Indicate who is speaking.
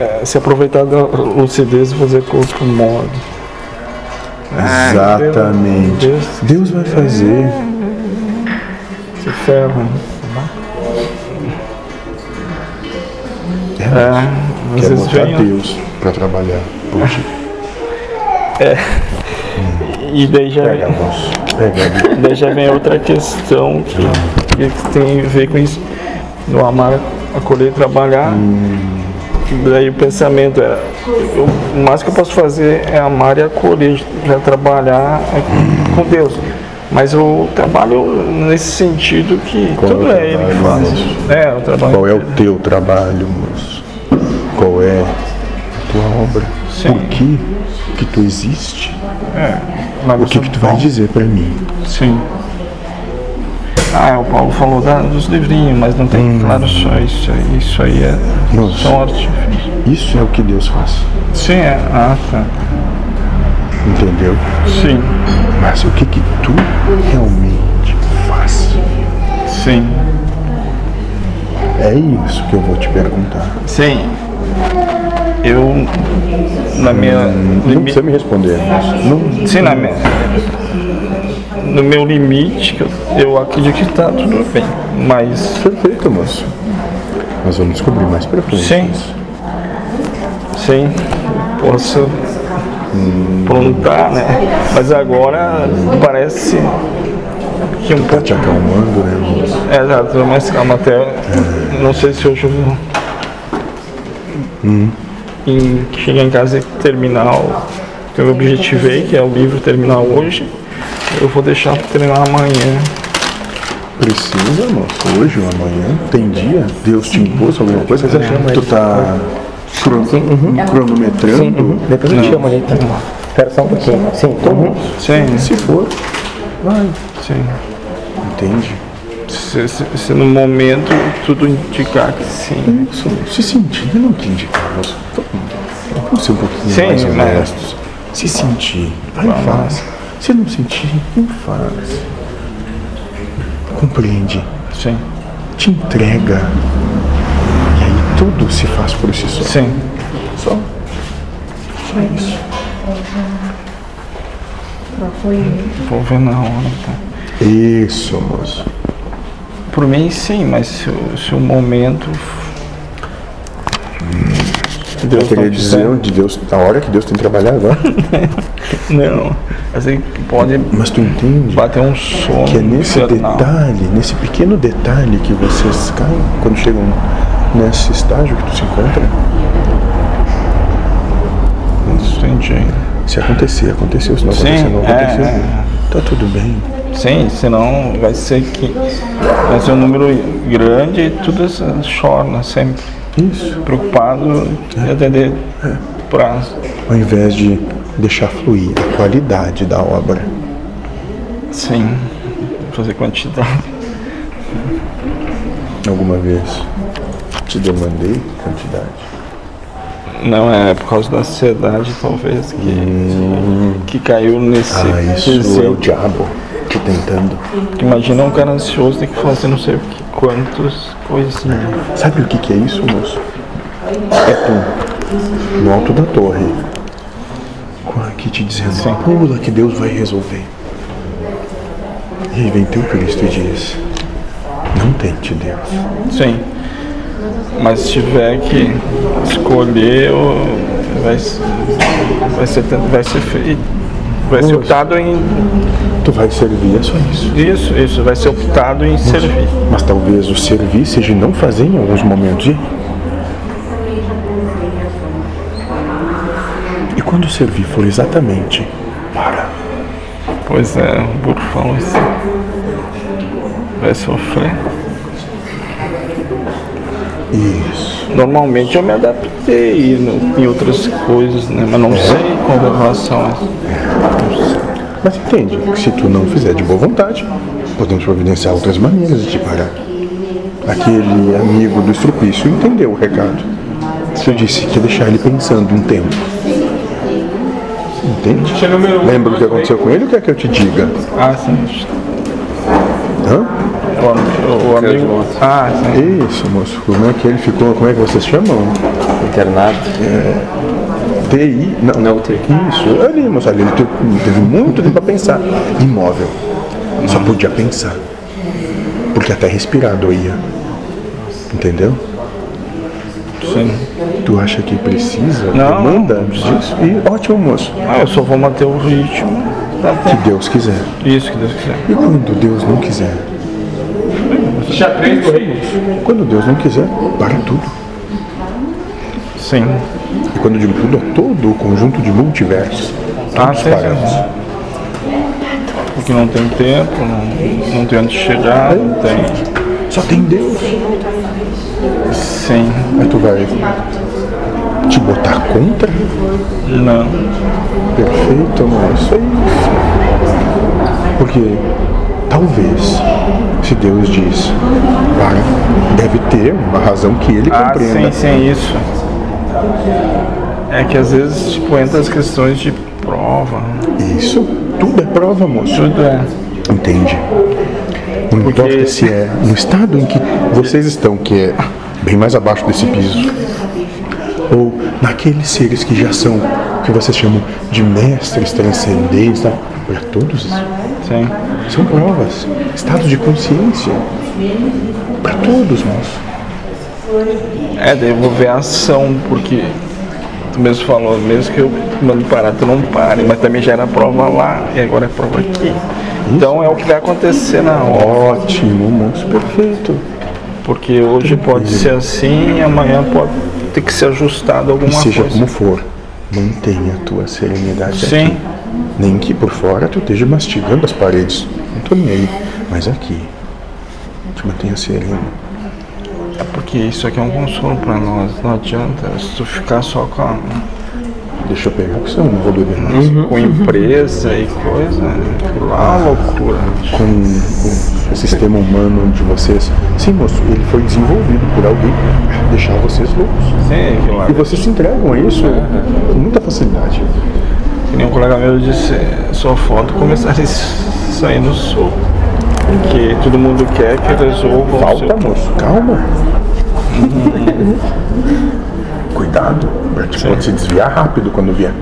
Speaker 1: É, se aproveitar da lucidez e fazer com outro modo.
Speaker 2: Exatamente.
Speaker 1: Deus,
Speaker 2: Deus vai fazer.
Speaker 1: se ferra. É, às
Speaker 2: Quer
Speaker 1: vezes
Speaker 2: botar
Speaker 1: vem, ó,
Speaker 2: Deus pra trabalhar. Puxa,
Speaker 1: e daí já,
Speaker 2: pega a voz. Pega a voz.
Speaker 1: daí já vem outra questão que, que tem a ver com isso, do amar, acolher e trabalhar. Daí o pensamento era, eu- o mais que eu posso fazer é amar e acolher, já trabalhar é com Deus. Mas eu trabalho nesse sentido que
Speaker 2: Qual é o
Speaker 1: tudo é ele que
Speaker 2: trabalho,
Speaker 1: faz. É, o trabalho.
Speaker 2: Qual é o teu trabalho, moço? Qual é a tua obra?
Speaker 1: Sim.
Speaker 2: Por que que tu existe?
Speaker 1: na
Speaker 2: O que
Speaker 1: versão
Speaker 2: que tu
Speaker 1: do
Speaker 2: vai
Speaker 1: Paulo.
Speaker 2: dizer pra mim?
Speaker 1: Sim. Ah, o Paulo falou da, dos livrinhos, mas não tem, claro, só isso aí. Isso aí é
Speaker 2: Hum. Nossa.
Speaker 1: são artifícios.
Speaker 2: Isso é o que Deus faz,
Speaker 1: Sim, é. Ah, tá.
Speaker 2: entendeu?
Speaker 1: Sim,
Speaker 2: Mas o que que tu realmente faz?
Speaker 1: sim.
Speaker 2: É isso que eu vou te perguntar.
Speaker 1: Sim. Eu, na minha...
Speaker 2: Não
Speaker 1: limi-
Speaker 2: precisa me responder. moço. Não,
Speaker 1: Sim, na minha... No meu limite, que eu, eu acredito que tá tudo bem. Mas,
Speaker 2: perfeito, moço. Nós vamos descobrir mais pra frente.
Speaker 1: Sim.
Speaker 2: isso.
Speaker 1: sim, posso aprontar, né? Mas agora parece que um
Speaker 2: Tá
Speaker 1: pouco
Speaker 2: te acalmando, né, moço?
Speaker 1: É, Exato, mas calma até. Não sei se hoje eu vou.
Speaker 2: Hum.
Speaker 1: Em, chegar em casa e terminar o que eu objetivei, que é o livro terminar hoje. Eu vou deixar pra terminar amanhã.
Speaker 2: Precisa, moço. Hoje ou amanhã? Tem dia? Deus te impôs alguma coisa? Você tu tá
Speaker 3: uhum.
Speaker 2: cro- cronometrando?
Speaker 3: Depois eu te chamo ali. tá? Espera só um pouquinho. Sim, todo mundo.
Speaker 1: Sim,
Speaker 2: Uhum. Se for,
Speaker 1: sim.
Speaker 2: entende?
Speaker 1: Se, se- se no momento tudo indicar que sim.
Speaker 2: Isso, se sentir não te indicar, moço. Vamos ser um pouquinho
Speaker 1: Sim,
Speaker 3: é.
Speaker 2: mais
Speaker 1: mas-
Speaker 2: honestos. Se sentir, vai e faz. Se não sentir, não faz. Compreende?
Speaker 1: Sim.
Speaker 2: Te entrega. E aí tudo se faz por si só.
Speaker 1: Sim.
Speaker 2: Só. Só isso.
Speaker 1: Vou ver na hora tá.
Speaker 2: Isso, moço.
Speaker 1: Por mim sim, mas se, o- se o momento.
Speaker 2: Eu queria
Speaker 1: não
Speaker 2: dizer onde Deus, a hora que Deus tem que trabalhar agora.
Speaker 1: Não. Assim pode
Speaker 2: Mas tu entende
Speaker 1: bater um sono.
Speaker 2: que é nesse
Speaker 1: infernal.
Speaker 2: detalhe, nesse pequeno detalhe que vocês caem quando chegam nesse estágio que tu se encontra.
Speaker 1: Entendi.
Speaker 2: Se acontecer, aconteceu. Se não
Speaker 1: Sim,
Speaker 2: acontecer, não
Speaker 1: é,
Speaker 2: aconteceu.
Speaker 1: é.
Speaker 2: Tá tudo bem.
Speaker 1: Sim, senão vai ser que vai ser um número grande e tudo isso chorna sempre.
Speaker 2: Isso. É.
Speaker 1: Preocupado em atender prazo.
Speaker 2: Ao invés de deixar fluir a qualidade da obra.
Speaker 1: Sim. Fazer quantidade.
Speaker 2: Alguma vez te demandei quantidade.
Speaker 1: Não, é por causa da ansiedade talvez que, que caiu nesse
Speaker 2: Hum. Ah, isso é o
Speaker 1: quesito.
Speaker 2: diabo te tentando.
Speaker 1: Imagina um cara ansioso tem que fazer não sei o que quantos coisinhas.
Speaker 2: Sabe o que, que é isso, moço? É tu, no alto da torre, com aqui te dizendo, pula que Deus vai resolver. E aí vem teu Cristo e diz, não tente Deus.
Speaker 1: Sim. Mas se tiver que escolher, eu- vai, s- vai, ser, tan- vai ser feito. Vai ser optado em.
Speaker 2: Tu vai servir, é só isso.
Speaker 1: Isso, isso, vai ser optado em servir.
Speaker 2: Mas talvez o servir seja não fazer em alguns momentos. E, aí? e quando o servir for exatamente para
Speaker 1: Pois é, o Burro falou isso. Vai sofrer.
Speaker 2: isso,
Speaker 1: Normalmente eu me adaptei no- em outras coisas, né? Mas não sei com relação a isso.
Speaker 2: Mas entende que se tu não fizer de boa vontade, podemos providenciar outras maneiras de te parar. Aquele amigo do estrupício entendeu o recado. Eu disse que ia deixar ele pensando um tempo. Entende? Lembra o que aconteceu com ele? O que é que eu te diga?
Speaker 1: Ah, sim.
Speaker 2: Hã?
Speaker 1: Eu não Ah, o amigo. Ah, sim.
Speaker 2: Isso, moço. Como é que ele ficou? Como é que vocês chamam?
Speaker 4: Internado.
Speaker 2: TI? Não,
Speaker 4: Na UTI.
Speaker 2: Isso, ali, moço. Ali ele te- teve muito tempo para pensar. Imóvel. Só podia pensar. Porque até respirar doía. Entendeu? Sim. Tu acha que precisa?
Speaker 1: Não,
Speaker 2: Demanda? disso? E ótimo, moço.
Speaker 1: Ah, eu só vou manter o ritmo. Dá
Speaker 2: Que
Speaker 1: tempo.
Speaker 2: Deus quiser.
Speaker 1: Isso que Deus quiser.
Speaker 2: E quando Deus não quiser?
Speaker 1: Xadrez corridos.
Speaker 2: Quando Deus não quiser, para tudo.
Speaker 1: Sim.
Speaker 2: E quando eu digo tudo, é todo o conjunto de multiversos.
Speaker 1: Ah,
Speaker 2: Todos
Speaker 1: sim,
Speaker 2: parados.
Speaker 1: sim. Porque não tem tempo, não, não tem onde chegar, não tem.
Speaker 2: Só tem Deus.
Speaker 1: Sim.
Speaker 2: Aí tu vai te botar contra?
Speaker 1: Não.
Speaker 2: Perfeito, não. Isso aí. Porque talvez, se Deus diz, para, deve ter uma razão que ele
Speaker 1: Ah,
Speaker 2: compreenda.
Speaker 1: sim, sim, isso. É que às vezes, tipo, entra as questões de prova.
Speaker 2: Isso tudo é prova, moço.
Speaker 1: Tudo é.
Speaker 2: Entende? Não importa se é no estado em que vocês estão, que é bem mais abaixo desse piso, ou naqueles seres que já são, que vocês chamam de mestres transcendentes, tá? olha, todos
Speaker 1: Sim.
Speaker 2: são provas, estados de consciência, para todos, moço.
Speaker 1: É, daí eu vou ver a ação, porque tu mesmo falou, mesmo que eu mando parar, tu não pare, mas também já era prova lá e agora é prova aqui. Então é o que vai acontecer na hora.
Speaker 2: Ótimo, moço, perfeito.
Speaker 1: Porque hoje pode ser assim e amanhã pode ter que ser ajustado alguma
Speaker 2: E seja
Speaker 1: coisa.
Speaker 2: como for, mantenha a tua serenidade aqui.
Speaker 1: Sim,
Speaker 2: Nem que por fora tu esteja mastigando as paredes. Não tô nem aí. Mas aqui. Te mantenha sereno.
Speaker 1: é porque isso aqui é um consolo pra nós. Não adianta se tu ficar só com, a-
Speaker 2: Deixa eu pegar, porque senão eu não vou beber mais.
Speaker 1: com empresa e coisa. né? Lá, é loucura.
Speaker 2: Com o sistema humano de vocês. Sim, moço, ele foi desenvolvido por alguém pra deixar vocês loucos.
Speaker 1: Sim, que lá.
Speaker 2: E vocês se entregam a isso
Speaker 1: Uhum.
Speaker 2: com muita facilidade.
Speaker 1: Que nem um colega meu disse, é, sua foto começar a sair no sul. Porque todo mundo quer que resolva. o
Speaker 2: Falta,
Speaker 1: seu-
Speaker 2: moço. Calma.
Speaker 1: Uhum.
Speaker 2: Cuidado. Bert pode se desviar rápido quando vier.